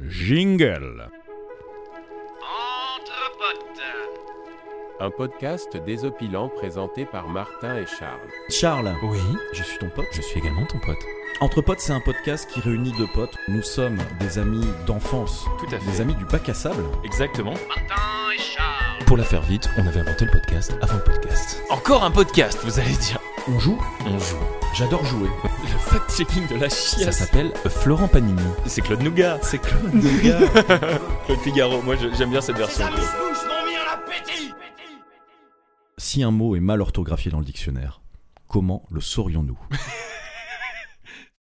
Jingle. Entre potes. Un podcast désopilant présenté par Martin et Charles. Charles, Oui, je suis ton pote. je suis également ton pote. Entre potes, c'est un podcast qui réunit deux potes. Nous sommes des amis d'enfance, Tout à des amis du bac à sable. Exactement. Martin et Charles. Pour la faire vite, on avait inventé le podcast avant le podcast. Encore un podcast, vous allez dire. On joue, On joue. j'adore jouer. Le fact-checking de la chiasse. Ça s'appelle Florent Panini. C'est Claude Nougat. C'est Claude Claude Figaro. Moi, je- j'aime bien cette version. tous m'ont mis en appétit. Si un mot est mal orthographié dans le dictionnaire, comment le saurions-nous